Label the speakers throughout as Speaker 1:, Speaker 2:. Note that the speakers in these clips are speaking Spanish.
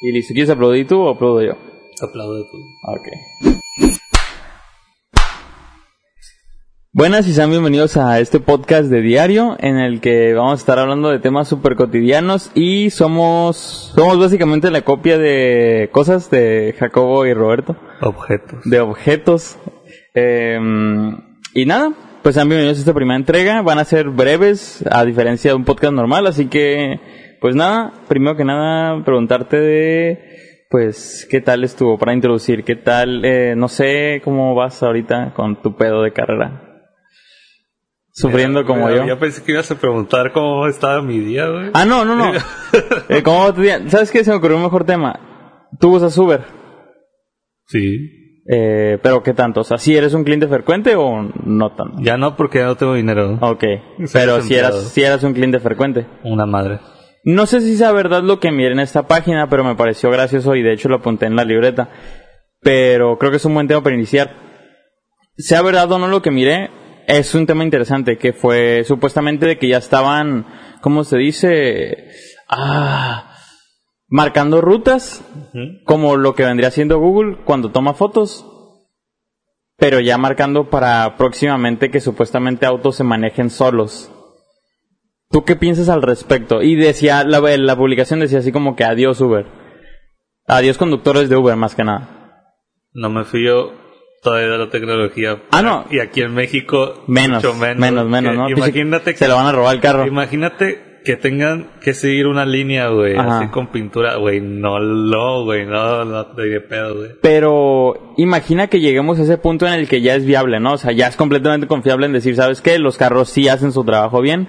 Speaker 1: Y listo, ¿quieres aplaudir tú o aplaudo yo? Ah,
Speaker 2: Aplaudo tú.
Speaker 1: Ok. Buenas y sean bienvenidos a este podcast de diario en el que vamos a estar hablando de temas súper cotidianos y somos, somos básicamente la copia de cosas de Jacobo y Roberto,
Speaker 2: Objetos.
Speaker 1: de objetos. Eh, y nada, pues sean bienvenidos a esta primera entrega, van a ser breves a diferencia de un podcast normal, así que pues nada, primero que nada preguntarte de pues qué tal estuvo para introducir, qué tal, eh, no sé cómo vas ahorita con tu pedo de carrera. Sufriendo como yo.
Speaker 2: Yo pensé que ibas a preguntar cómo estaba mi día, güey.
Speaker 1: Ah, no, no, no. Eh, ¿Cómo va tu día? ¿Sabes qué? Se me ocurrió un mejor tema. Tú usas Uber,
Speaker 2: Sí.
Speaker 1: eh, pero ¿qué tanto? O sea, ¿sí eres un cliente frecuente o no tanto?
Speaker 2: Ya no, porque ya no tengo dinero.
Speaker 1: Ok,
Speaker 2: Estás
Speaker 1: pero si
Speaker 2: desempleado.
Speaker 1: eras, si eras un cliente frecuente.
Speaker 2: Una madre.
Speaker 1: No sé si sea verdad lo que miré en esta página, pero me pareció gracioso y de hecho lo apunté en la libreta. Pero creo que es un buen tema para iniciar. Sea verdad o no lo que miré, es un tema interesante que fue supuestamente de que ya estaban, ¿cómo se dice? Ah, marcando rutas como lo que vendría siendo Google cuando toma fotos, pero ya marcando para próximamente que supuestamente autos se manejen solos. ¿Tú qué piensas al respecto? Y decía, la, la publicación decía así como que adiós Uber. Adiós conductores de Uber, más que nada.
Speaker 2: No me fío todavía de la tecnología.
Speaker 1: Ah, no.
Speaker 2: Y aquí en México,
Speaker 1: Menos,
Speaker 2: mucho
Speaker 1: menos,
Speaker 2: menos.
Speaker 1: menos,
Speaker 2: Que-
Speaker 1: ¿no?
Speaker 2: Imagínate
Speaker 1: Se
Speaker 2: que,
Speaker 1: lo van a robar el carro.
Speaker 2: imagínate que tengan que seguir una línea, güey,
Speaker 1: Ajá.
Speaker 2: así con pintura, güey. No, no, güey, no, no te diré pedo, güey.
Speaker 1: Pero imagina que lleguemos a ese punto en el que ya es viable, ¿no? O sea, ya es completamente confiable en decir, ¿sabes qué? Los carros sí hacen su trabajo bien.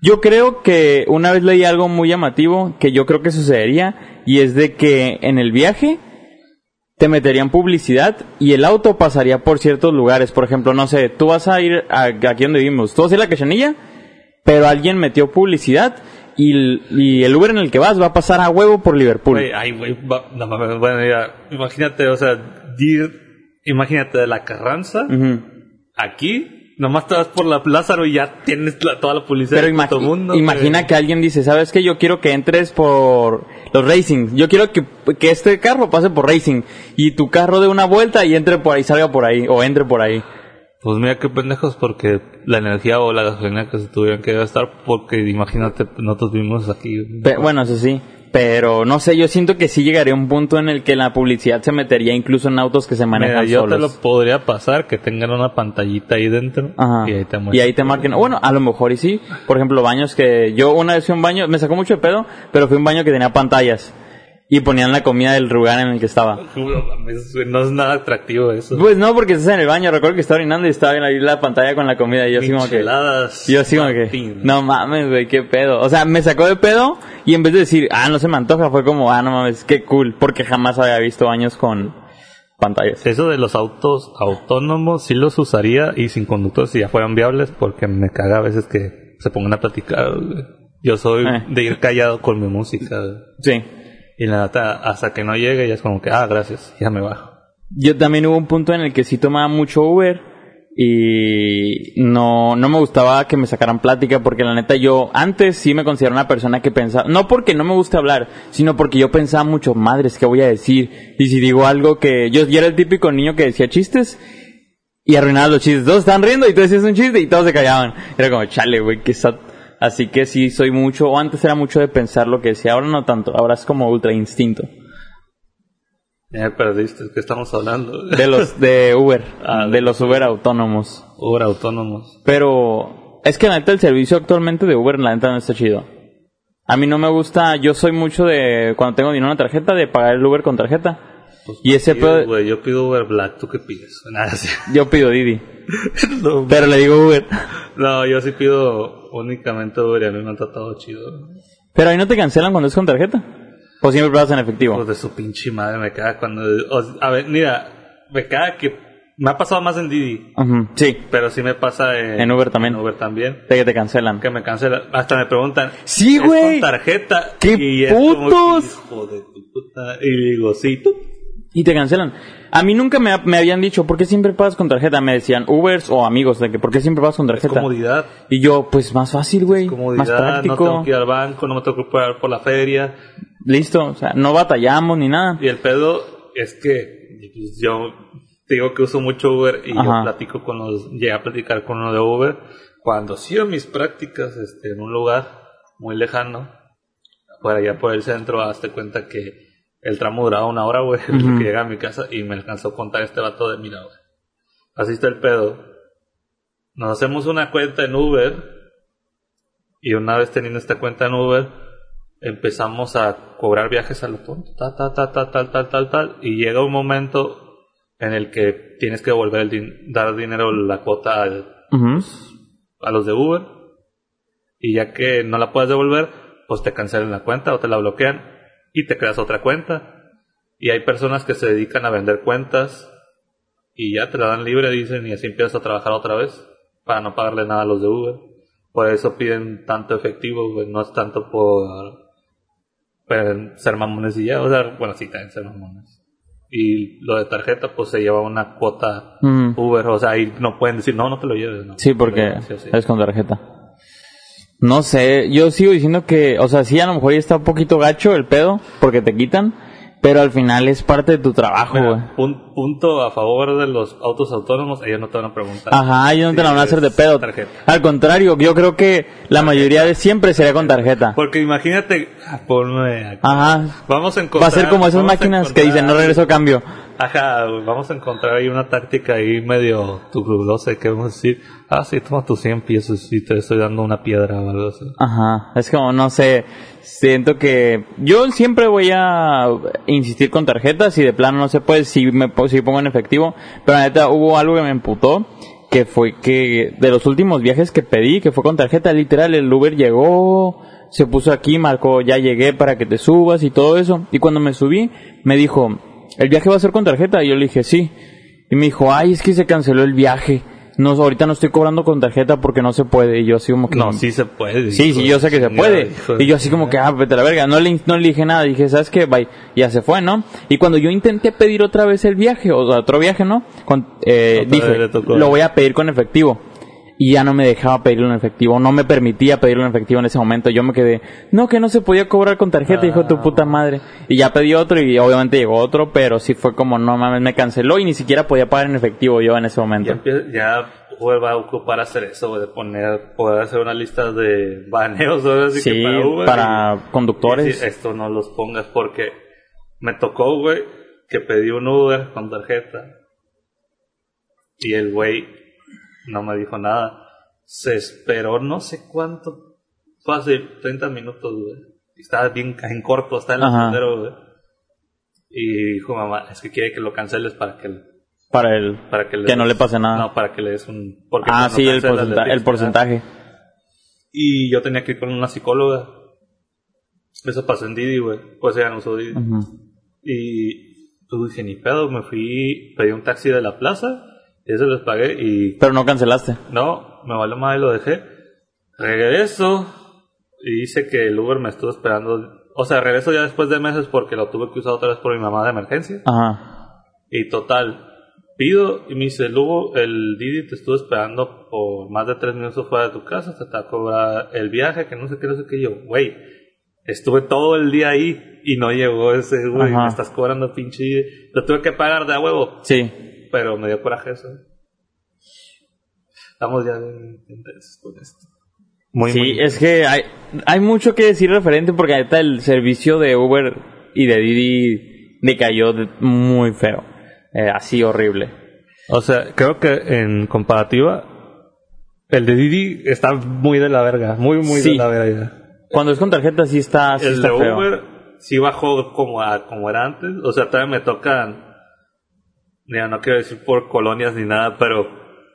Speaker 1: Yo creo que una vez leí algo muy llamativo que yo creo que sucedería y es de que en el viaje te meterían publicidad y el auto pasaría por ciertos lugares. Por ejemplo, no sé, tú vas a ir a, aquí donde vivimos, tú vas a ir a la Cachanilla, pero alguien metió publicidad y, el- y el Uber en el que vas va a pasar a huevo por Liverpool.
Speaker 2: Güey, ay, güey, va- no mames, bueno, mira, imagínate, o sea, dir- imagínate de la Carranza,
Speaker 1: Ujú.
Speaker 2: aquí, nomás te vas por la Lázaro y ya tienes la- toda la publicidad
Speaker 1: Pero
Speaker 2: del
Speaker 1: imagi-
Speaker 2: puto mundo.
Speaker 1: imagina
Speaker 2: güey.
Speaker 1: que alguien dice, ¿sabes qué? Yo quiero que entres por los racing. Yo quiero que, que este carro pase por racing. Y tu carro dé una vuelta y entre por ahí, salga por ahí, o entre por ahí.
Speaker 2: Pues mira qué pendejos, porque la energía o la gasolina que se tuvieran que gastar, porque imagínate, nosotros vivimos aquí. güey.
Speaker 1: Pe- bueno, eso sí. Pero no sé, yo siento que sí llegaría un punto en el que la publicidad se metería incluso en autos que se manejan
Speaker 2: Mira, yo
Speaker 1: solos.
Speaker 2: te lo podría pasar, que tengan una pantallita ahí dentro
Speaker 1: Ajá.
Speaker 2: y ahí te
Speaker 1: Y ahí te marquen. "Oh". Bueno, a lo mejor y sí. Por ejemplo, baños que yo una vez fui a un baño, me sacó mucho de pedo, pero fue un baño que tenía pantallas. Y ponían la comida del lugar en el que estaba.
Speaker 2: No mames, güey, no es nada atractivo eso.
Speaker 1: Pues no, porque estás en el baño. Recuerdo que estaba orinando y estaba en ahí la pantalla con la comida. Y yo así como que.
Speaker 2: Micheladas,
Speaker 1: Yo así como que.
Speaker 2: Martín.
Speaker 1: No mames, güey, qué pedo. O sea, me sacó de pedo y en vez de decir, ah, no se me antoja, fue como, ah, no mames, qué cool. Porque jamás había visto baños con pantallas.
Speaker 2: Eso de los autos autónomos sí los usaría y sin conductor si ya fueran viables porque me caga a veces que se pongan a platicar. güey. Yo soy
Speaker 1: Eh.
Speaker 2: de ir callado con mi música güey.
Speaker 1: Sí.
Speaker 2: y la neta hasta que no llegue ya es como que, ah, gracias, ya me bajo.
Speaker 1: Yo también hubo un punto en el que sí tomaba mucho Uber y no, no me gustaba que me sacaran plática porque la neta yo antes sí me consideraba una persona que pensaba, no porque no me gusta hablar, sino porque yo pensaba mucho, madres, ¿qué voy a decir? Y si digo algo que yo, yo era el típico niño que decía chistes y arruinaba los chistes, todos están riendo y tú decías un chiste y todos se callaban. Era como, chale, güey, qué sad. Así que sí, soy mucho, o antes era mucho de pensar lo que decía, ahora no tanto, ahora es como ultra instinto.
Speaker 2: Ya me perdiste, ¿qué estamos hablando?
Speaker 1: De los de Uber,
Speaker 2: Ah,
Speaker 1: de los Uber autónomos.
Speaker 2: Uber autónomos.
Speaker 1: Pero es que la neta el servicio actualmente de Uber la neta no está chido. A mí no me gusta, yo soy mucho de cuando tengo dinero en la tarjeta de pagar el Uber con tarjeta.
Speaker 2: Pues,
Speaker 1: Y ese
Speaker 2: pido,
Speaker 1: pedo-
Speaker 2: güey, yo pido Uber Black, ¿tú qué pides? Nada, sí.
Speaker 1: Yo pido Didi,
Speaker 2: no,
Speaker 1: pero le digo Uber.
Speaker 2: no, yo sí pido únicamente Uber y a mí me han tratado chido.
Speaker 1: Pero ahí no te cancelan cuando es con tarjeta. O siempre pagas en
Speaker 2: Hijo
Speaker 1: efectivo.
Speaker 2: de su pinche madre, me caga cuando. o- a ver, mira, me caga que. Me ha pasado más en Didi,
Speaker 1: Ujú, Sí,
Speaker 2: pero sí me pasa en,
Speaker 1: En Uber también.
Speaker 2: en Uber también.
Speaker 1: de que te cancelan.
Speaker 2: Que me cancela. Hasta me preguntan.
Speaker 1: Sí,
Speaker 2: ¿es
Speaker 1: güey.
Speaker 2: Con tarjeta.
Speaker 1: ¡Qué
Speaker 2: y es como
Speaker 1: putos!
Speaker 2: que, hijo de tu puta. Y digo, sí, tú.
Speaker 1: Y te cancelan. A mí nunca me, me habían dicho, ¿por qué siempre pagas con tarjeta? Me decían Ubers o amigos, de que ¿por qué siempre pagas con tarjeta?
Speaker 2: Comodidad.
Speaker 1: Y yo, pues más fácil, güey. Más
Speaker 2: Comodidad. No
Speaker 1: práctico.
Speaker 2: tengo que ir al banco, no me tengo que preocupar por la feria.
Speaker 1: listo, o sea, no batallamos ni nada.
Speaker 2: Y el pedo es que pues, yo te digo que uso mucho Uber y
Speaker 1: Ajá.
Speaker 2: yo platico con los, llegué a platicar con uno de Uber cuando hacía mis prácticas este, en un lugar muy lejano, por allá por el centro, hazte cuenta que el tramo duraba una hora, güey, en lo
Speaker 1: Ujú.
Speaker 2: que llega a mi casa y me alcanzó a contar este vato de mira, güey. Así está el pedo. Nos hacemos una cuenta en Uber y una vez teniendo esta cuenta en Uber, empezamos a cobrar viajes a lo tonto, tal, tal, tal, tal, tal, tal, tal, tal, y llega un momento en el que tienes que devolver el din- dar dinero la cuota al-
Speaker 1: Ujú.
Speaker 2: a los de Uber, y ya que no la puedes devolver, pues te cancelan la cuenta o te la bloquean y te creas otra cuenta. Y hay personas que se dedican a vender cuentas y ya te la dan libre, dicen, y así empiezas a trabajar otra vez para no pagarle nada a los de Uber. Por eso piden tanto efectivo, güey, no es tanto por, por ser mamones y ya, o sea, bueno, sí, también ser mamones. Y lo de tarjeta, pues se lleva una cuota
Speaker 1: Ujú.
Speaker 2: Uber, o sea, ahí no pueden decir, no, no te lo lleves. No,
Speaker 1: Sí, porque
Speaker 2: Sí, sí.
Speaker 1: es con tarjeta. No sé, yo sigo diciendo que, o sea, sí, a lo mejor ya está un poquito gacho el pedo, porque te quitan, pero al final es parte de tu trabajo,
Speaker 2: Mira,
Speaker 1: güey.
Speaker 2: pun- punto a favor de los autos autónomos, ellos no te van a preguntar.
Speaker 1: Ajá, ellos no
Speaker 2: si
Speaker 1: te la van a hacer de
Speaker 2: eres
Speaker 1: pedo.
Speaker 2: tarjeta.
Speaker 1: Al contrario, yo creo que la mayoría de siempre será con tarjeta.
Speaker 2: Porque imagínate, ah, ponme acá.
Speaker 1: Ajá.
Speaker 2: Vamos a
Speaker 1: Va a
Speaker 2: encontrar.
Speaker 1: ser como esas
Speaker 2: vamos a
Speaker 1: máquinas que
Speaker 2: encontrar-
Speaker 1: dicen, no regreso cambio.
Speaker 2: Ajá, güey, vamos a encontrar ahí una táctica ahí medio turbulosa que vamos a decir, ah, sí, toma tus 100 piezas y te estoy dando una piedra o algo así.
Speaker 1: Ajá, es como, no sé, siento que yo siempre voy a insistir con tarjetas y de plano no se puede si me po- si pongo en efectivo, pero la neta hubo algo que me emputó que fue que de los últimos viajes que pedí, que fue con tarjeta, literal, el Uber llegó, se puso aquí, marcó, ya llegué para que te subas y todo eso, y cuando me subí, me dijo, ¿el viaje va a ser con tarjeta? Y yo le dije, sí, y me dijo, ay, es que se canceló el viaje, no, ahorita no estoy cobrando con tarjeta porque no se puede, y yo así como que...
Speaker 2: No, sí se puede.
Speaker 1: Sí,
Speaker 2: hijo
Speaker 1: sí,
Speaker 2: de
Speaker 1: yo sé que se
Speaker 2: chingada,
Speaker 1: puede.
Speaker 2: hijo de
Speaker 1: Y yo así como que, ah, vete a la verga. No le, no le dije nada. Dije, ¿sabes qué? Bye. Ya se fue, ¿no? Y cuando yo intenté pedir otra vez el viaje, o sea, otro viaje, ¿no? Con- eh,
Speaker 2: Otra vez
Speaker 1: dije,
Speaker 2: le tocó.
Speaker 1: lo voy a pedir con efectivo. Y ya no me dejaba pedirlo en efectivo. No me permitía pedirlo en efectivo en ese momento. Yo me quedé, no, que no se podía cobrar con tarjeta, hijo
Speaker 2: Ah.
Speaker 1: de tu puta madre. Y ya pedí otro y obviamente llegó otro, pero sí fue como, no mames, me canceló y ni siquiera podía pagar en efectivo yo en ese
Speaker 2: Ya,
Speaker 1: momento.
Speaker 2: empie- ya Uber va a ocupar hacer eso, güey, de poner, poder hacer una lista de baneos, ahora sí,
Speaker 1: Sí,
Speaker 2: que para Uber.
Speaker 1: para
Speaker 2: y
Speaker 1: conductores.
Speaker 2: decir, esto no los pongas porque me tocó, güey, que pedí un Uber con tarjeta y el güey no me dijo nada. Se esperó no sé cuánto, fácil, 30 minutos, güey. Y Estaba bien ca- en corto, hasta en el
Speaker 1: Ajá.
Speaker 2: sendero, güey. Y dijo, mamá, es que quiere que lo canceles para que
Speaker 1: Para el
Speaker 2: para que, le
Speaker 1: Que
Speaker 2: des-
Speaker 1: no le pase nada.
Speaker 2: No, para que le des un... porque pues,
Speaker 1: Ah,
Speaker 2: cuando
Speaker 1: sí, el,
Speaker 2: cancelas, le
Speaker 1: porcenta-
Speaker 2: tienes
Speaker 1: el
Speaker 2: que
Speaker 1: porcentaje.
Speaker 2: dar. Y yo tenía que ir con una psicóloga. Eso pasó en Didi, güey. Pues ya no usó Didi.
Speaker 1: Ujú.
Speaker 2: Y tú dije, ni pedo, me fui, pedí un taxi de la plaza, y eso los pagué y
Speaker 1: Pero no cancelaste.
Speaker 2: no, me valió madre, lo dejé. Regreso y dice que el Uber me estuvo esperando. O sea, regreso ya después de meses porque lo tuve que usar otra vez por mi mamá de emergencia.
Speaker 1: Ajá.
Speaker 2: Y total, pido y me dice, Lugo, el Didi te estuvo esperando por más de tres minutos fuera de tu casa, te está cobrando el viaje, que no sé qué, no sé qué. Y yo, güey, estuve todo el día ahí y no llegó ese, güey,
Speaker 1: Ajá.
Speaker 2: me estás cobrando pinche... Lo tuve que pagar de a huevo,
Speaker 1: Sí.
Speaker 2: pero me dio coraje eso. Estamos ya bien intensos con esto. Muy,
Speaker 1: sí,
Speaker 2: muy
Speaker 1: es que hay, hay mucho que decir referente porque ahorita el servicio de Uber y de Didi decayó de- muy feo. Eh, así horrible.
Speaker 2: O sea, creo que en comparativa, el de Didi está muy de la verga, muy, muy
Speaker 1: Sí.
Speaker 2: de la verga.
Speaker 1: Cuando es con tarjeta sí está, sí
Speaker 2: el
Speaker 1: está
Speaker 2: de
Speaker 1: feo.
Speaker 2: Uber sí bajó como a- como era antes. O sea, todavía me tocan. Mira, no quiero decir por colonias ni nada, pero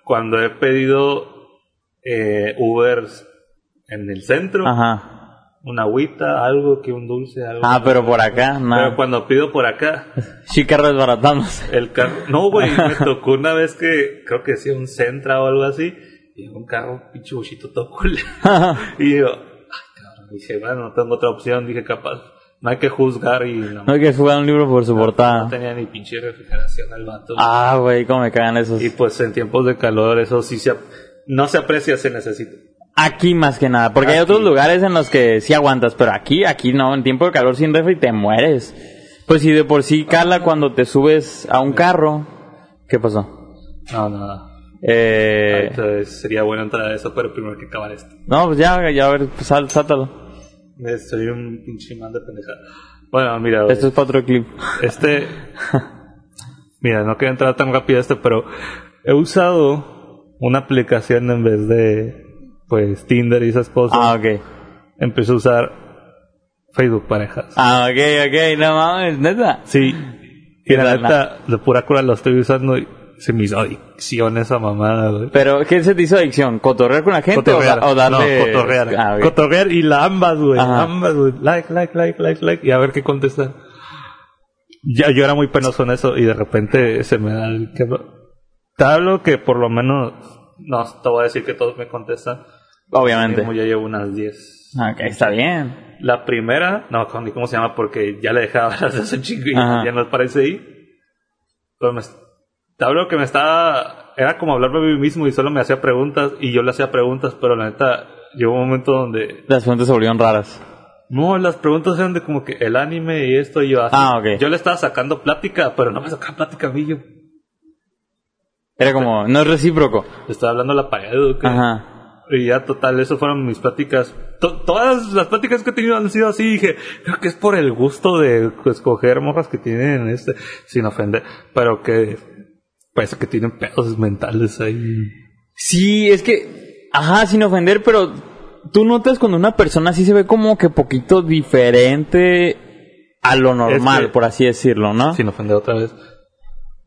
Speaker 2: cuando he pedido eh, Ubers en el centro,
Speaker 1: Ajá.
Speaker 2: una agüita, algo que un dulce, algo.
Speaker 1: Ah, pero por acá,
Speaker 2: Pero pues-
Speaker 1: nada.
Speaker 2: cuando pido por acá,
Speaker 1: Chica resbaratándose.
Speaker 2: el carro. No, güey, me tocó una vez que creo que sí, un Centra o algo así. Y un carro, un pinche buchito todo culero. Y yo, ay, cabrón, dije, bueno, no tengo otra opción, dije, capaz, no hay que juzgar y no,
Speaker 1: no hay que jugar un libro por su
Speaker 2: no
Speaker 1: portada.
Speaker 2: tenía ni pinche refrigeración al vato.
Speaker 1: Ah, güey, cómo me cagan esos.
Speaker 2: Y pues en tiempos de calor eso sí se, ap- no se aprecia, se necesita.
Speaker 1: Aquí más que nada, porque hay
Speaker 2: Aquí.
Speaker 1: otros lugares en los que sí aguantas, pero aquí, aquí no, en tiempo de calor sin refri te mueres. Pues si de por sí
Speaker 2: Ah.
Speaker 1: cala cuando te subes a un carro, ¿qué pasó?
Speaker 2: No, nada.
Speaker 1: Eh,
Speaker 2: Ahorita sería bueno entrar a eso, pero primero hay que acabar esto.
Speaker 1: no, pues ya, ya, a ver, pues, sal, sátalo.
Speaker 2: Soy un pinche man de pendejada. Bueno, mira, güey,
Speaker 1: Esto es para otro clip.
Speaker 2: este... mira, no quería entrar tan rápido a esto, pero he usado una aplicación en vez de, pues, Tinder y esas cosas.
Speaker 1: Ah, ok.
Speaker 2: Empecé a usar Facebook Parejas.
Speaker 1: Ah, ok, ok, no mames, neta.
Speaker 2: Sí. Y
Speaker 1: Y
Speaker 2: la
Speaker 1: la-
Speaker 2: neta, de pura cura lo estoy usando y se me hizo adicción esa mamada, güey.
Speaker 1: Pero, ¿qué se te hizo adicción? ¿Cotorrear con la gente o,
Speaker 2: Cotorrear.
Speaker 1: da- o darle...?
Speaker 2: No, cotorrear.
Speaker 1: Ah, ok.
Speaker 2: Cotorrear y la ambas, güey.
Speaker 1: Ajá.
Speaker 2: Ambas, güey. Like, like, like, like, like. Y a ver qué contestan. Ya, yo era muy penoso en eso y de repente se me da el que... Te hablo que por lo menos... No, te voy a decir que todos me contestan.
Speaker 1: Obviamente.
Speaker 2: Como ya llevo unas 10.
Speaker 1: Ah, Ok, está bien.
Speaker 2: La primera, no, con- ni cómo se llama, porque ya le dejaba las de ese chingo y
Speaker 1: Ajá.
Speaker 2: ya no aparece ahí. Pero me, te hablo que me estaba. Era como hablarme a mí mismo y solo me hacía preguntas y yo le hacía preguntas, pero la neta, llegó un momento donde.
Speaker 1: Las preguntas se volvieron raras.
Speaker 2: No, las preguntas eran de como que el anime y esto y yo así.
Speaker 1: Ah, ok.
Speaker 2: Yo le estaba sacando plática, pero no me sacaba plática a mí yo. Le
Speaker 1: Era como, no es recíproco.
Speaker 2: estaba hablando a la pared, ¿o qué?
Speaker 1: Ajá.
Speaker 2: Y ya total, eso fueron mis pláticas. To- todas las pláticas que he tenido han sido así. Dije, creo que es por el gusto de escoger morras que tienen este, sin ofender, pero que parece que tienen pedos mentales ahí.
Speaker 1: Sí, es que, ajá, sin ofender, pero tú notas cuando una persona así se ve como que poquito diferente a lo normal,
Speaker 2: Es que-
Speaker 1: por así decirlo, ¿no?
Speaker 2: Sin ofender otra vez.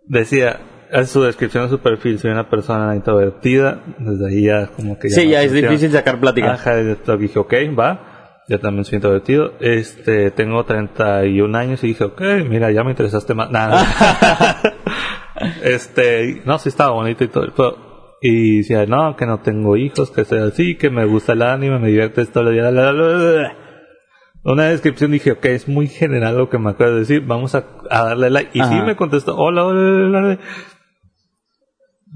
Speaker 2: Decía, en su descripción de su perfil, soy una persona introvertida. Desde ahí ya como que
Speaker 1: Sí,
Speaker 2: llamó
Speaker 1: ya es
Speaker 2: atención.
Speaker 1: difícil sacar plática.
Speaker 2: Ajá, y yo dije, ok, va. Yo también soy introvertido. Este, tengo 31 años y dije, ok, mira, ya me interesaste más. Nada. este, no, sí estaba bonito y todo. Pero, y decía, no, que no tengo hijos, que soy así, que me gusta el anime, me divierte esto. la, la, la, la, la. Una descripción dije, ok, es muy general lo que me acabas de decir, vamos a, a darle like. Y sí
Speaker 1: Ajá.
Speaker 2: me contestó, hola, hola, hola, hola.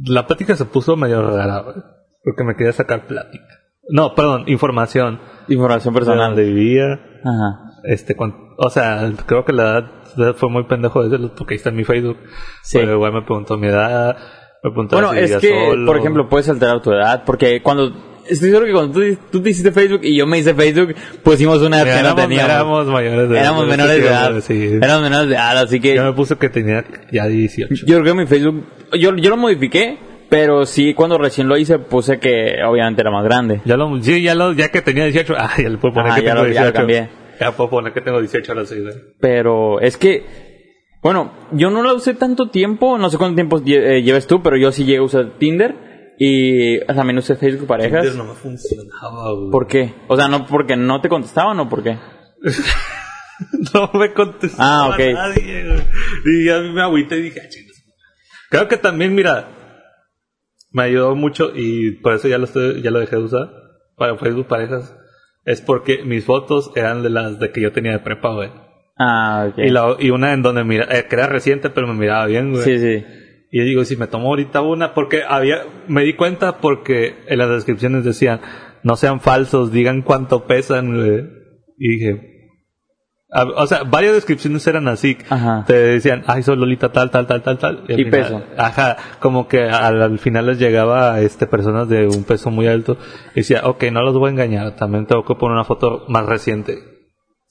Speaker 2: La plática se puso medio rara, güey, porque me quería sacar plática. No, perdón, información.
Speaker 1: Información
Speaker 2: Personal.
Speaker 1: personal.
Speaker 2: Donde vivía,
Speaker 1: Ajá.
Speaker 2: este, cuan- o sea, creo que la edad fue muy pendejo desde los- porque ahí está en mi Facebook.
Speaker 1: Sí.
Speaker 2: Pero igual me preguntó mi edad, me preguntó
Speaker 1: Bueno,
Speaker 2: si
Speaker 1: es
Speaker 2: vivía
Speaker 1: que,
Speaker 2: solo.
Speaker 1: por ejemplo, puedes alterar tu edad, porque cuando... Estoy seguro que cuando tú, tú te hiciste Facebook y yo me hice Facebook, pusimos una edad
Speaker 2: Mira,
Speaker 1: que no
Speaker 2: éramos,
Speaker 1: teníamos.
Speaker 2: éramos mayores de edad.
Speaker 1: Éramos
Speaker 2: eso
Speaker 1: menores
Speaker 2: sí,
Speaker 1: de edad.
Speaker 2: Sí.
Speaker 1: Éramos menores de edad, así que...
Speaker 2: Yo me puse que tenía ya 18.
Speaker 1: Yo creo que mi Facebook, yo, yo lo modifiqué, pero sí cuando recién lo hice puse que obviamente era más grande.
Speaker 2: Ya lo, sí, ya lo, ya que tenía 18, ah, ya le puedo poner
Speaker 1: Ajá,
Speaker 2: que
Speaker 1: ya
Speaker 2: tengo
Speaker 1: lo- ya
Speaker 2: 18.
Speaker 1: lo cambié.
Speaker 2: Ya puedo poner que tengo 18 ahora sí, güey.
Speaker 1: Pero es que, bueno, yo no la usé tanto tiempo, no sé cuánto tiempo lle- eh, lleves tú, pero yo sí llegué a usar Tinder y también usé Facebook Parejas.
Speaker 2: Tinder no me funcionaba, güey.
Speaker 1: ¿Por qué? O sea, no porque no te contestaban o por qué.
Speaker 2: No me contestaba
Speaker 1: Ah, ok.
Speaker 2: nadie, güey. Y a mí me agüité y dije, "Ah, chingas". Creo que también, mira, me ayudó mucho y por eso ya lo, estoy- ya lo dejé de usar para Facebook Parejas. Es porque mis fotos eran de las de que yo tenía de prepa, güey.
Speaker 1: Ah, ok.
Speaker 2: Y, la- y una en donde mira, eh, que era reciente, pero me miraba bien, güey.
Speaker 1: Sí, sí.
Speaker 2: Y yo digo, si me tomo ahorita una, porque había, me di cuenta porque en las descripciones decían, no sean falsos, digan cuánto pesan, güey". Y dije, a- o sea, varias descripciones eran así.
Speaker 1: Ajá.
Speaker 2: Te decían, ay, soy Lolita tal, tal, tal, tal, tal. al
Speaker 1: Y
Speaker 2: final-
Speaker 1: peso.
Speaker 2: Ajá, como que al, al final les llegaba, este, personas de un peso muy alto. Y decía, ok, no los voy a engañar, también tengo que poner una foto más reciente.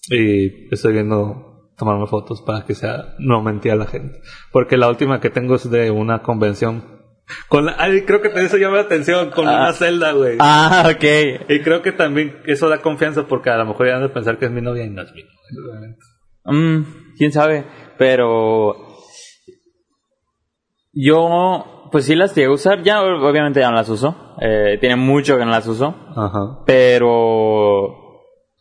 Speaker 2: Y estoy viendo tomarme fotos para que sea no mentir a la gente. Porque la última que tengo es de una convención. Con la- ay, creo que eso llama la atención, con
Speaker 1: Ah.
Speaker 2: una celda, güey.
Speaker 1: Ah, ok.
Speaker 2: Y creo que también eso da confianza porque a lo mejor ya han de pensar que es mi novia y no es mi novia. obviamente.
Speaker 1: Mm, quién sabe, pero yo pues sí las llegué a usar, ya obviamente ya no las uso, eh, tiene mucho que no las uso,
Speaker 2: Ajá.
Speaker 1: pero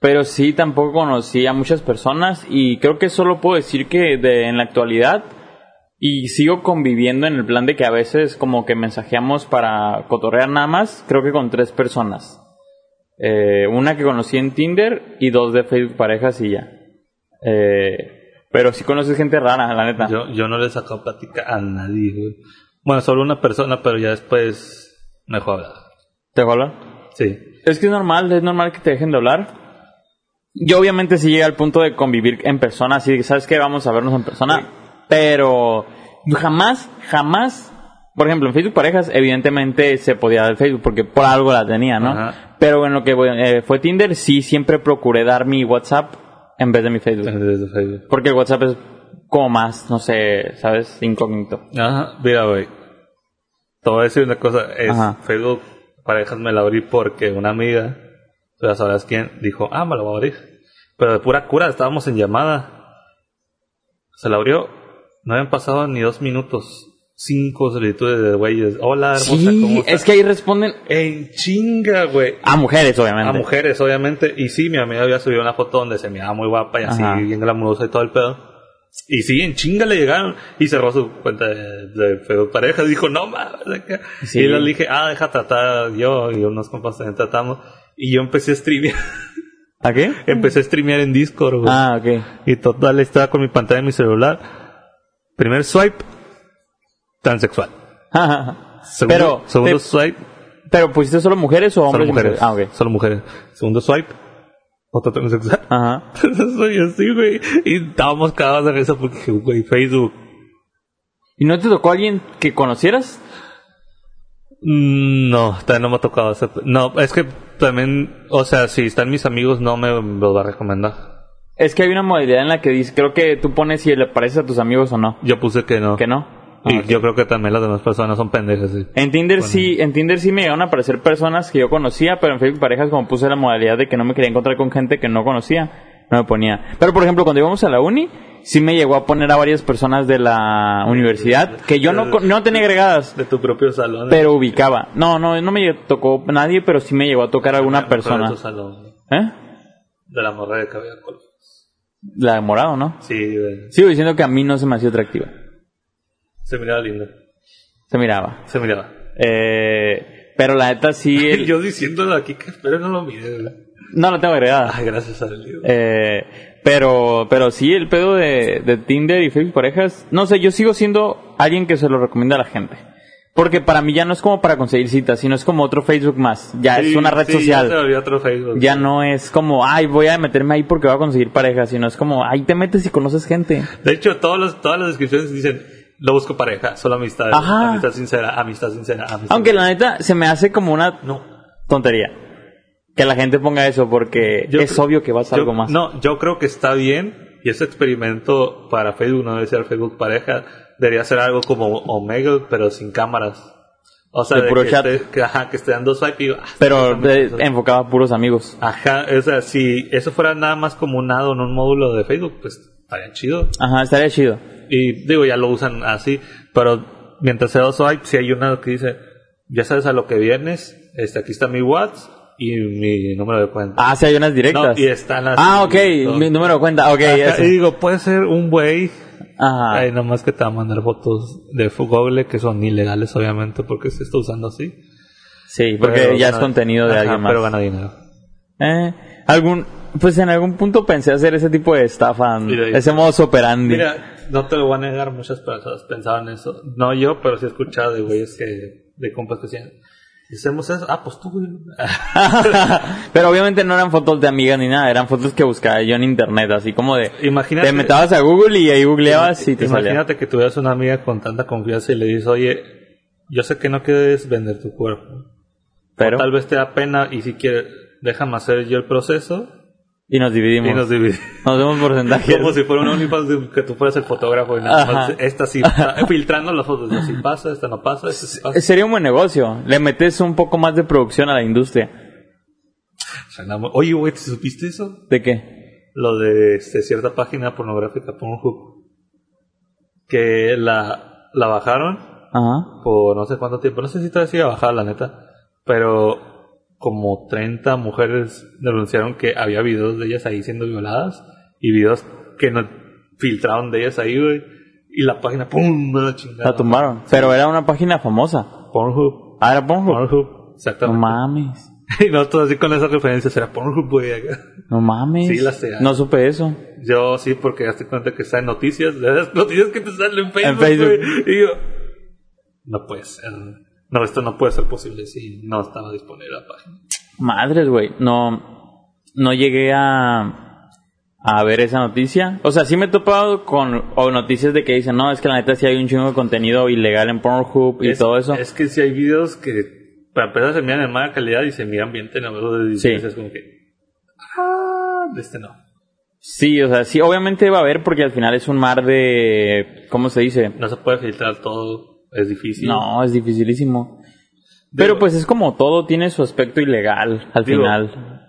Speaker 1: pero sí tampoco conocí a muchas personas y creo que solo puedo decir que de, en la actualidad y sigo conviviendo en el plan de que a veces como que mensajeamos para cotorrear nada más, creo que con tres personas. Eh, una que conocí en Tinder y dos de Facebook parejas y ya. Eh, pero sí conoces gente rara, la neta.
Speaker 2: Yo, yo no le he sacado plática a nadie, güey. Bueno, solo una persona, pero ya después me dejó hablar.
Speaker 1: ¿Te acuerdas?
Speaker 2: Sí.
Speaker 1: es que es normal, es normal que te dejen de hablar. Yo obviamente sí llegué al punto de convivir en persona, así que sabes que vamos a vernos en persona, pero jamás, jamás, por ejemplo, en Facebook parejas, evidentemente se podía dar el Facebook porque por algo la tenía, ¿no?
Speaker 2: Ajá.
Speaker 1: Pero en lo que eh, fue Tinder, sí siempre procuré dar mi WhatsApp en vez de mi Facebook,
Speaker 2: Desde Facebook.
Speaker 1: porque el WhatsApp es como más, no sé, sabes, incógnito.
Speaker 2: Ajá, mira, güey. Te voy a decir una cosa. Es
Speaker 1: Ajá.
Speaker 2: Facebook parejas me la abrí porque una amiga, tú ya sabrás quién, dijo, ah, me la voy a abrir. Pero de pura cura, estábamos en llamada. Se la abrió. No habían pasado ni dos minutos. Cinco solicitudes de güeyes. Hola, hermosa, ¿cómo
Speaker 1: Sí,
Speaker 2: estás?
Speaker 1: es que ahí responden
Speaker 2: En chinga, güey.
Speaker 1: a mujeres, obviamente.
Speaker 2: A mujeres, obviamente. Y sí, mi amiga había subido una foto donde se miraba muy guapa y así,
Speaker 1: Ajá.
Speaker 2: bien glamurosa y todo el pedo. Y sí, en chinga le llegaron y cerró su cuenta de, de Facebook pareja. Dijo, no mames. acá.
Speaker 1: Sí.
Speaker 2: Y yo le dije, ah, deja tratar yo y unos compas también tratamos. Y yo empecé a streamear.
Speaker 1: ¿A qué?
Speaker 2: empecé a streamear en Discord, güey.
Speaker 1: Ah, ok.
Speaker 2: Y total, estaba con mi pantalla de mi celular. Primer swipe, transexual. Segundo,
Speaker 1: Pero,
Speaker 2: segundo
Speaker 1: te-
Speaker 2: swipe,
Speaker 1: ¿Pero pusiste solo mujeres o
Speaker 2: solo
Speaker 1: hombres? y
Speaker 2: mujeres.
Speaker 1: Ah, ok.
Speaker 2: Solo mujeres. Segundo swipe, otro transexual.
Speaker 1: Ajá.
Speaker 2: Entonces soy así, güey. Y estábamos cagados de risa porque, dije, güey, Facebook.
Speaker 1: ¿Y no te tocó alguien que conocieras?
Speaker 2: Mm, No, todavía no me ha tocado hacer. No, es que también, o sea, si están mis amigos, no me los va a recomendar.
Speaker 1: Es que hay una modalidad en la que dice, creo que tú pones si le pareces a tus amigos o no.
Speaker 2: Yo puse que no.
Speaker 1: ¿Que no?
Speaker 2: Y
Speaker 1: Ah, ok.
Speaker 2: yo creo que también las demás personas son pendejas, sí.
Speaker 1: En Tinder sí, en Tinder sí me llegaron a aparecer personas que yo conocía, pero en Facebook Parejas como puse la modalidad de que no me quería encontrar con gente que no conocía, no me ponía. Pero por ejemplo, cuando íbamos a la uni, sí me llegó a poner a varias personas de la universidad que yo no, co- no tenía agregadas,
Speaker 2: De tu propio salón.
Speaker 1: pero ubicaba. No, no, no me tocó nadie, pero sí me llegó a tocar alguna
Speaker 2: De
Speaker 1: persona.
Speaker 2: tu salón.
Speaker 1: ¿Eh?
Speaker 2: De la morra de cabello color.
Speaker 1: La de morado, ¿no?
Speaker 2: Sí, de-
Speaker 1: Sigo diciendo que a mí no se me hacía atractiva.
Speaker 2: se miraba linda.
Speaker 1: Se miraba.
Speaker 2: Se miraba.
Speaker 1: Eh, pero la neta sí. el-
Speaker 2: yo diciéndolo aquí que espero no lo mire, ¿verdad?
Speaker 1: No la tengo agregada.
Speaker 2: Ay, gracias a Dios.
Speaker 1: Eh, pero, pero sí, el pedo de, de Tinder y Facebook parejas. No sé, yo sigo siendo alguien que se lo recomienda a la gente. Porque para mí ya no es como para conseguir citas, sino es como otro Facebook más. Ya es
Speaker 2: Sí,
Speaker 1: una red
Speaker 2: sí, Ya se
Speaker 1: social.
Speaker 2: volvió otro Facebook.
Speaker 1: Ya no es como, ay, voy a meterme ahí porque voy a conseguir pareja, sino es como, ahí te metes y conoces gente.
Speaker 2: De hecho, todos los, todas las descripciones dicen, no busco pareja, solo amistad.
Speaker 1: Ajá.
Speaker 2: Amistad sincera, amistad sincera, amistad
Speaker 1: Aunque la neta se me hace como una
Speaker 2: No.
Speaker 1: tontería. Que la gente ponga eso porque
Speaker 2: Yo
Speaker 1: es
Speaker 2: creo-
Speaker 1: obvio que vas a
Speaker 2: Yo-
Speaker 1: algo más.
Speaker 2: No, yo creo que está bien y ese experimento para Facebook no debe ser Facebook pareja, debería ser algo como Omega, pero sin cámaras. O sea,
Speaker 1: De
Speaker 2: de
Speaker 1: puro
Speaker 2: que,
Speaker 1: chat.
Speaker 2: esté- que, ajá, que esté dando swipe y... ah,
Speaker 1: Pero
Speaker 2: estamos
Speaker 1: eh,
Speaker 2: amigos.
Speaker 1: enfocaba a puros amigos.
Speaker 2: Ajá, o sea, si eso fuera nada más como un add en un módulo de Facebook, pues estaría chido.
Speaker 1: Ajá, estaría chido.
Speaker 2: Y digo, ya lo usan así, pero mientras sea dos swipe, si hay una que dice, ya sabes a lo que vienes, este, aquí está mi WhatsApp y mi número de cuenta.
Speaker 1: Ah, sí, hay unas directas.
Speaker 2: No, y están las-
Speaker 1: Ah, ok,
Speaker 2: y todo.
Speaker 1: mi número de cuenta, Ah. ok,
Speaker 2: Ajá,
Speaker 1: ese.
Speaker 2: y digo, puede ser un güey,
Speaker 1: Ajá.
Speaker 2: ay, nomás que te va a mandar fotos de Google que son ilegales, obviamente, porque se está usando así.
Speaker 1: Sí, porque
Speaker 2: Pero
Speaker 1: ya es
Speaker 2: gana-
Speaker 1: contenido de
Speaker 2: Ajá,
Speaker 1: alguien más.
Speaker 2: Pero gana dinero.
Speaker 1: Eh, algún, pues en algún punto pensé hacer ese tipo de estafa,
Speaker 2: Mira,
Speaker 1: ese modo operandi.
Speaker 2: Mira, no te lo voy a negar, muchas personas pensaban eso. No yo, pero sí he escuchado de güeyes que, de compas que decían, hacemos eso, ah, pues tú, güey.
Speaker 1: Pero obviamente no eran fotos de amigas ni nada, eran fotos que buscaba yo en internet, así como de...
Speaker 2: Imagínate.
Speaker 1: Te metabas a Google y ahí googleabas y te salía.
Speaker 2: Imagínate que tuvieras una amiga con tanta confianza y le dices, oye, yo sé que no quieres vender tu cuerpo.
Speaker 1: Pero,
Speaker 2: Tal vez te da pena y si quieres, déjame hacer yo el proceso
Speaker 1: y nos dividimos.
Speaker 2: y nos dividimos.
Speaker 1: Nos demos porcentajes.
Speaker 2: Como si fuera un OnlyFans de- que tú fueras el fotógrafo y nada más.
Speaker 1: Ajá.
Speaker 2: Esta sí, está- filtrando las fotos. No, si pasa, esta no pasa, esta sí pasa.
Speaker 1: Sería un buen negocio. Le metes un poco más de producción a la industria.
Speaker 2: Suena muy- Oye, güey, ¿te supiste eso?
Speaker 1: ¿De qué?
Speaker 2: Lo de este, cierta página pornográfica, Pornhub, que la, la bajaron
Speaker 1: Ajá.
Speaker 2: por no sé cuánto tiempo. No sé si todavía sigue bajada, la neta. Pero como 30 mujeres denunciaron que había videos de ellas ahí siendo violadas y videos que no filtraron de ellas ahí, güey. Y la página, ¡pum! La chingada.
Speaker 1: La tumbaron. Pero era una página famosa.
Speaker 2: Pornhub.
Speaker 1: Ah, era Pornhub.
Speaker 2: Pornhub.
Speaker 1: No
Speaker 2: Exactamente.
Speaker 1: mames.
Speaker 2: y nosotros así con esas referencias era Pornhub, güey. acá.
Speaker 1: No mames.
Speaker 2: Sí, la sé.
Speaker 1: No supe eso.
Speaker 2: Yo sí, porque hazte cuenta que está en noticias. De esas noticias que te salen en Facebook,
Speaker 1: Facebook.
Speaker 2: güey. Y yo, no puede ser. No, esto no puede ser posible si no estaba disponible la página.
Speaker 1: Madres, güey. No, no llegué a, a ver esa noticia. O sea, sí me he topado con o noticias de que dicen, no, es que la neta sí hay un chingo de contenido ilegal en Pornhub y
Speaker 2: es,
Speaker 1: todo eso.
Speaker 2: Es que si hay videos que para empezar se miran en mala calidad y se miran bien tenebrosos de
Speaker 1: Sí.
Speaker 2: es como que... Ah, de este no.
Speaker 1: Sí, o sea, sí, obviamente va a haber porque al final es un mar de... ¿Cómo se dice?
Speaker 2: No se puede filtrar todo, es difícil.
Speaker 1: No, es dificilísimo.
Speaker 2: Digo-
Speaker 1: Pero pues es como todo, tiene su aspecto ilegal al
Speaker 2: Digo-
Speaker 1: final.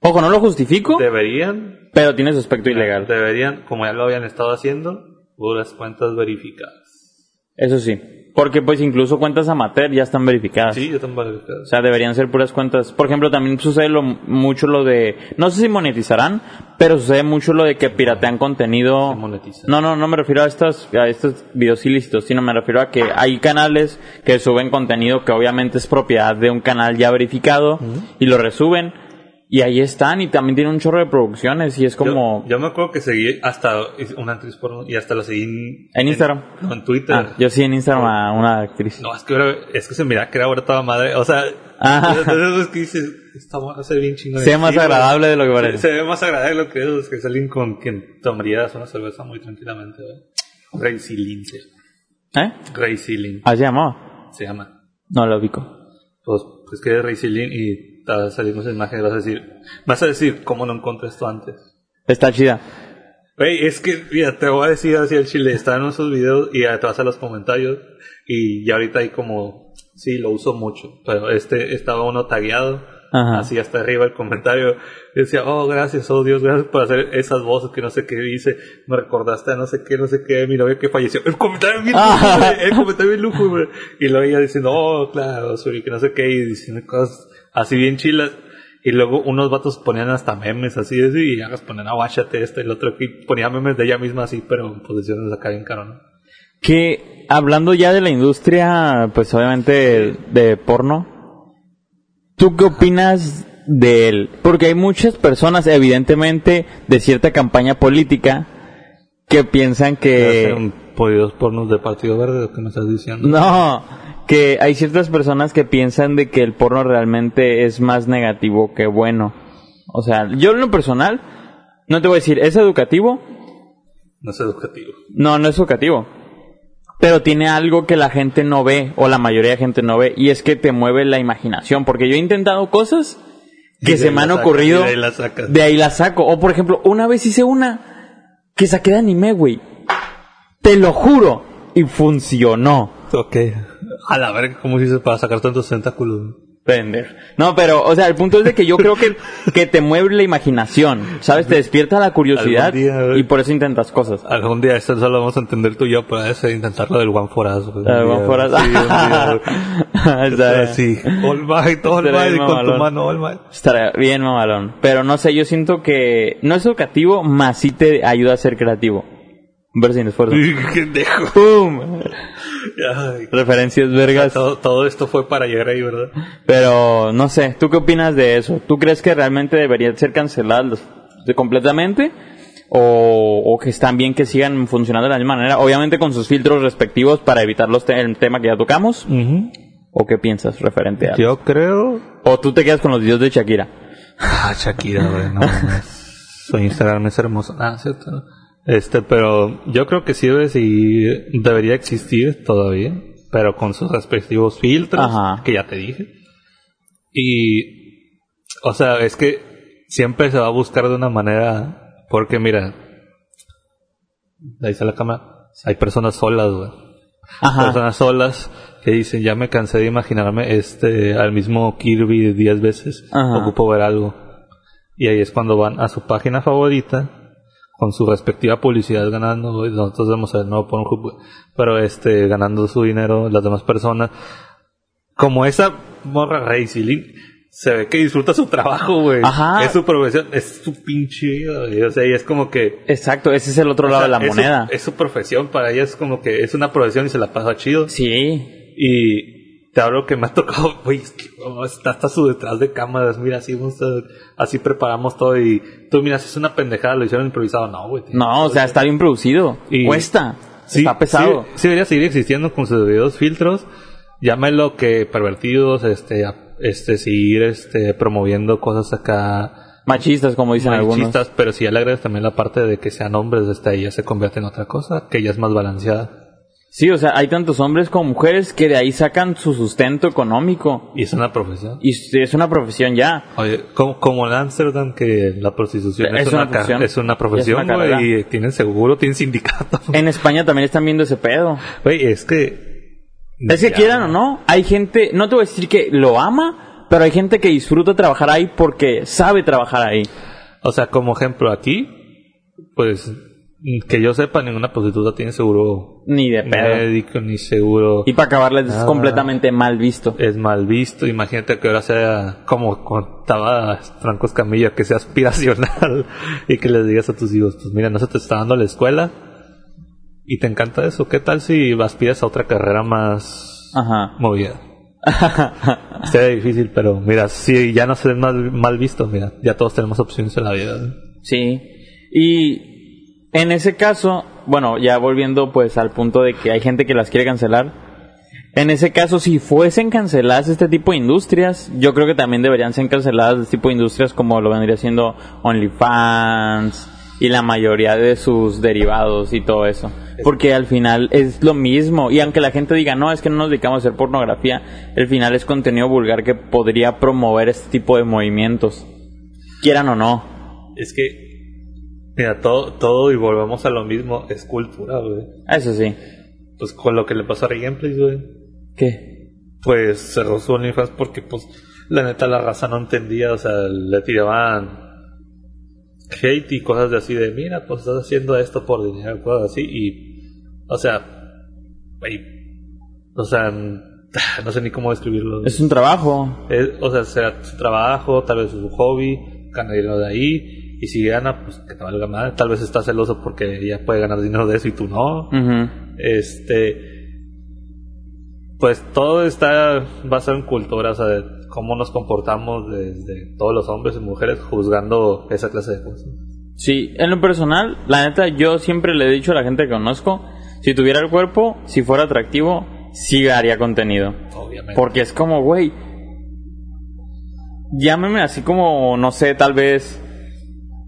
Speaker 1: Ojo, no lo justifico,
Speaker 2: Deberían
Speaker 1: pero tiene su aspecto ilegal.
Speaker 2: Deberían, como ya lo habían estado haciendo, puras cuentas verificadas.
Speaker 1: Eso sí. Porque pues incluso cuentas amateur ya están verificadas.
Speaker 2: Sí, yo también verificado.
Speaker 1: O sea, deberían ser puras cuentas. Por ejemplo, también sucede lo, mucho lo de... No sé si monetizarán, pero sucede mucho lo de que piratean contenido...
Speaker 2: Se monetiza.
Speaker 1: No, no, no me refiero a estos, a estos videos ilícitos, sino me refiero a que hay canales que suben contenido que obviamente es propiedad de un canal ya verificado y lo resuben y ahí están y también tienen un chorro de producciones y es como...
Speaker 2: Yo, yo me acuerdo que seguí hasta hice una actriz porno y hasta lo seguí en,
Speaker 1: En Instagram.
Speaker 2: En, no, en Twitter.
Speaker 1: Ah, yo sí en Instagram a una actriz.
Speaker 2: No, es que, era- es que se miraba que era ahora toda madre. O sea,
Speaker 1: Ah.
Speaker 2: entonces es que dices, esta morra se ve bien chingona.
Speaker 1: Se ve más
Speaker 2: Sí, güey.
Speaker 1: agradable de lo que
Speaker 2: Se,
Speaker 1: parece.
Speaker 2: se ve más agradable lo que es, es que es alguien con quien tomarías una cerveza muy tranquilamente. ¿verdad? Ray Sealing, se llama.
Speaker 1: ¿Eh?
Speaker 2: Ray Sealing
Speaker 1: Así llamaba.
Speaker 2: se llama.
Speaker 1: No lo ubico.
Speaker 2: pues, pues que eres Resilient y está saliendo esa imagen y vas a decir, vas a decir, ¿cómo no encontré esto antes?
Speaker 1: Está chida.
Speaker 2: Güey, es que, mira, te voy a decir hacia el chile, están en esos videos y ya te vas a los comentarios y ya ahorita hay como, sí, lo uso mucho, pero este estaba uno tagueado,
Speaker 1: Ajá.
Speaker 2: así hasta arriba el comentario, y decía, oh, gracias, oh Dios, gracias por hacer esas voces que no sé qué dice, me recordaste a no sé qué, no sé qué, mi novio que falleció, el comentario bien
Speaker 1: Ah.
Speaker 2: lúgubre, el comentario bien lúgubre, y luego ella diciendo, oh, claro, Suri, que no sé qué, y diciendo cosas así bien chilas, y luego unos vatos ponían hasta memes así, así y hagas ponían aguáchate esto y lo otro, y ponía memes de ella misma así, pero en posiciones acá bien caro, ¿no?
Speaker 1: Que hablando ya de la industria, pues obviamente de porno, ¿tú qué opinas de él? Porque hay muchas personas, evidentemente, de cierta campaña política que piensan que...
Speaker 2: Hacen podidos pornos de Partido Verde, lo que me estás diciendo.
Speaker 1: Eh. No, que hay ciertas personas que piensan de que el porno realmente es más negativo que bueno. O sea, yo en lo personal, no te voy a decir, es educativo,
Speaker 2: No es educativo.
Speaker 1: No, no es educativo. Pero tiene algo que la gente no ve, o la mayoría de gente no ve, y es que te mueve la imaginación. Porque yo he intentado cosas que
Speaker 2: Y de
Speaker 1: se
Speaker 2: ahí
Speaker 1: me
Speaker 2: la
Speaker 1: han
Speaker 2: sacas,
Speaker 1: ocurrido,
Speaker 2: y de ahí la sacas.
Speaker 1: de ahí la saco. O por ejemplo, una vez hice una que saqué de anime, güey. Te lo juro. Y funcionó.
Speaker 2: Ok. A la verga, ¿cómo dices para sacar tantos tentáculos?
Speaker 1: Vender. No, pero, o sea, el punto es de que yo creo que, que te mueve la imaginación, ¿sabes? Te despierta la curiosidad
Speaker 2: día, güey.
Speaker 1: y por eso intentas cosas.
Speaker 2: Algún día esto solo vamos a entender tú y yo, pero es intentar lo del One for Us. güey.
Speaker 1: Ah, vamos por
Speaker 2: Sí, un día, güey.
Speaker 1: allá.
Speaker 2: Sí, All Might, All
Speaker 1: Será
Speaker 2: Might,
Speaker 1: bien
Speaker 2: con tu
Speaker 1: mamalón.
Speaker 2: mano All Might.
Speaker 1: Estará bien mamalón. Pero no sé, yo siento que no es educativo, más sí te ayuda a ser creativo. Ver sin esfuerzo.
Speaker 2: ¡Qué dejo!
Speaker 1: ¡Pum!
Speaker 2: Ay,
Speaker 1: Referencias vergas.
Speaker 2: todo, todo esto fue para llegar ahí, ¿verdad?
Speaker 1: Pero no sé, ¿tú qué opinas de eso? ¿Tú crees que realmente deberían ser canceladas los- de- completamente? O, o que están bien que sigan funcionando de la misma manera? Obviamente con sus filtros respectivos para evitar los te- el tema que ya tocamos. ¿O qué piensas referente a
Speaker 2: Yo creo...
Speaker 1: ¿O tú te quedas con los videos de Shakira?
Speaker 2: Ah, Shakira, güey, no mames. Su Instagram es hermoso. Ah, cierto. ¿no? Este, pero yo creo que sí debe seguir- debería existir todavía, pero con sus respectivos filtros,
Speaker 1: Ajá.
Speaker 2: que ya te dije. Y, o sea, es que siempre se va a buscar de una manera, porque mira, ahí está la cámara, hay personas solas, güey
Speaker 1: Ajá.
Speaker 2: personas solas que dicen ya me cansé de imaginarme este al mismo Kirby 10 veces
Speaker 1: Ajá.
Speaker 2: ocupo ver algo y ahí es cuando van a su página favorita con su respectiva publicidad ganando güey, nosotros vamos a ver no Pornhub güey, pero este ganando su dinero las demás personas como esa morra Ray Silin se ve que disfruta su trabajo güey
Speaker 1: Ajá.
Speaker 2: es su profesión es su pinche vida güey. o sea y es como que
Speaker 1: Exacto, ese es el otro
Speaker 2: o
Speaker 1: lado
Speaker 2: sea,
Speaker 1: de la
Speaker 2: es su-
Speaker 1: moneda.
Speaker 2: es su profesión para ella es como que es una profesión y se la pasa chido
Speaker 1: Sí.
Speaker 2: y te hablo que me ha tocado, güey, es que, oh, está hasta su detrás de cámaras, mira, así, vamos a- así preparamos todo y tú miras, es una pendejada, lo hicieron improvisado, no, güey. tiene-
Speaker 1: No, o sea, está bien producido.
Speaker 2: Y-
Speaker 1: Cuesta.
Speaker 2: Sí,
Speaker 1: está pesado.
Speaker 2: Sí, sí debería seguir existiendo con sus debidos filtros llámelo que pervertidos, este, a- este, seguir, este, promoviendo cosas acá
Speaker 1: Machistas, como dicen algunos.
Speaker 2: machistas, pero si ya le agregas también la parte de que sean hombres, este, ahí ya se convierte en otra cosa, que ya es más balanceada.
Speaker 1: Sí, o sea, hay tantos hombres como mujeres que de ahí sacan su sustento económico.
Speaker 2: Y es una profesión.
Speaker 1: Y s- es una profesión ya.
Speaker 2: Oye, como, como en Amsterdam que la prostitución
Speaker 1: Es
Speaker 2: es,
Speaker 1: una
Speaker 2: una, ca-
Speaker 1: profesión.
Speaker 2: es una profesión,
Speaker 1: Es una carrera.
Speaker 2: güey, y tienen seguro, tienen sindicato.
Speaker 1: En España también están viendo ese pedo.
Speaker 2: Güey, es que...
Speaker 1: Es que
Speaker 2: Mm, Ya,
Speaker 1: quieran o no, hay gente, no te voy a decir que lo ama, pero hay gente que disfruta trabajar ahí porque sabe trabajar ahí.
Speaker 2: O sea, como ejemplo aquí, pues que yo sepa, ninguna prostituta tiene seguro
Speaker 1: Ni de pedo.
Speaker 2: médico, ni seguro...
Speaker 1: Y para acabarles es
Speaker 2: Ah.
Speaker 1: completamente mal visto.
Speaker 2: Es mal visto, imagínate que ahora sea como contaba Franco Escamilla, que sea aspiracional y que les digas a tus hijos, pues mira, no se te está dando la escuela y te encanta eso, ¿qué tal si aspiras a otra carrera más
Speaker 1: Ajá.
Speaker 2: movida? Sea difícil, pero mira, si ya no se ven mal, mal vistos, mira, ya todos tenemos opciones en la vida.
Speaker 1: Sí. Y en ese caso, bueno, ya volviendo pues al punto de que hay gente que las quiere cancelar. En ese caso, si fuesen canceladas este tipo de industrias, yo creo que también deberían ser canceladas este tipo de industrias como lo vendría siendo OnlyFans y la mayoría de sus derivados y todo eso. Porque al final es lo mismo. Y aunque la gente diga, no, es que no nos dedicamos a hacer pornografía, el final es contenido vulgar que podría promover este tipo de movimientos. Quieran o no.
Speaker 2: Es que, mira, todo, todo y volvemos a lo mismo, es cultura, güey.
Speaker 1: Ah, Eso sí.
Speaker 2: Pues con lo que le pasó a Ray Gameplays, güey.
Speaker 1: ¿Qué?
Speaker 2: pues cerró su OnlyFans porque pues la neta la raza no entendía, o sea, le tiraban hate y cosas de así de mira, pues estás haciendo esto por dinero, cosas así y o sea, güey, o sea, no sé ni cómo describirlo.
Speaker 1: Es un trabajo.
Speaker 2: Es- o sea, será su trabajo, tal vez su hobby, gana dinero de ahí y si gana, pues que te valga madre, tal vez está celoso porque ella puede ganar dinero de eso y tú no.
Speaker 1: Ujú.
Speaker 2: Este. Pues todo está basado en cultura, o sea, de cómo nos comportamos desde todos los hombres y mujeres juzgando esa clase de cosas.
Speaker 1: Sí, en lo personal, la neta, yo siempre le he dicho a la gente que conozco, si tuviera el cuerpo, si fuera atractivo, sí haría contenido.
Speaker 2: Obviamente.
Speaker 1: Porque es como, güey, llámeme así como, no sé, tal vez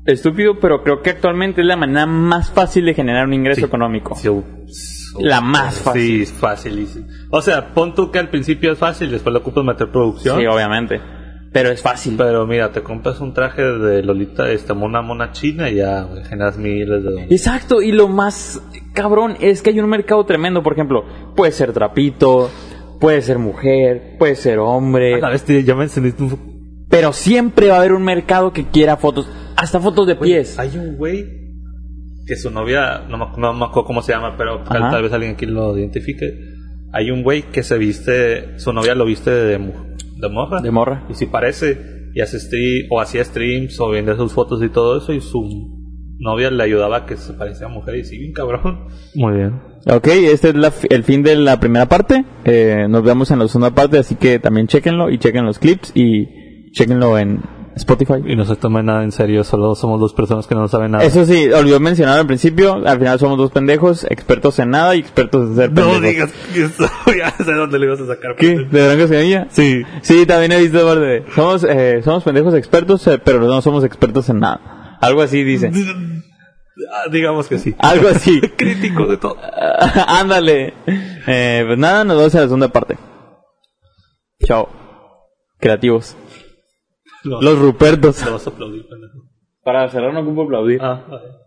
Speaker 1: estúpido, pero creo que actualmente es la manera más fácil de generar un ingreso
Speaker 2: Sí.
Speaker 1: económico.
Speaker 2: Sí, u-
Speaker 1: La más fácil.
Speaker 2: Sí, es fácil. y sí. O sea, pon tú que al principio es fácil, después lo ocupas meter producción.
Speaker 1: Sí, obviamente. Pero es fácil.
Speaker 2: pero mira, te compras un traje de Lolita, esta una mona china y ya güey, generas miles de dólares.
Speaker 1: Exacto, y lo más cabrón es que hay un mercado tremendo, por ejemplo, puede ser trapito, puede ser mujer, puede ser hombre,
Speaker 2: A la bestia, Ah, este, ya me encendiste un fo-
Speaker 1: pero siempre va a haber un mercado que quiera fotos, hasta fotos de
Speaker 2: Güey,
Speaker 1: pies.
Speaker 2: Hay un güey que su novia, no me, no me acuerdo cómo se llama, pero tal,
Speaker 1: Ajá.
Speaker 2: tal vez alguien aquí lo identifique. Hay un güey que se viste, su novia lo viste de, mu- de morra.
Speaker 1: De morra.
Speaker 2: Y si parece, y hace stream, o hacía streams, o vende sus fotos y todo eso, y su novia le ayudaba a que se pareciera mujer, y sí, bien cabrón. Muy bien.
Speaker 1: Ok, este es la fi- el fin de la primera parte, eh, nos vemos en la segunda parte, así que también chequenlo y chequen los clips y chequenlo en Spotify.
Speaker 2: Y no se tomen nada en serio, solo somos dos personas que no saben nada.
Speaker 1: Eso sí, olvidó mencionar al principio, al final somos dos pendejos, expertos en nada y expertos en ser pendejos.
Speaker 2: No digas que eso, ya sé dónde le ibas a sacar.
Speaker 1: ¿Qué? ¿De Dragon Semilla?
Speaker 2: Sí.
Speaker 1: Sí, también he visto parte. Somos, eh, somos pendejos expertos, eh, pero no somos expertos en nada. Algo así dice.
Speaker 2: Ah, Digamos que sí.
Speaker 1: Algo así.
Speaker 2: Crítico de todo.
Speaker 1: Ándale. Eh, pues nada, nos vemos en la segunda parte. Chao. Creativos.
Speaker 2: Lo-
Speaker 1: Los Rupertos.
Speaker 2: Lo vas a aplaudir, pendejo.
Speaker 1: Para cerrar no ocupo aplaudir.
Speaker 2: Ah, vale.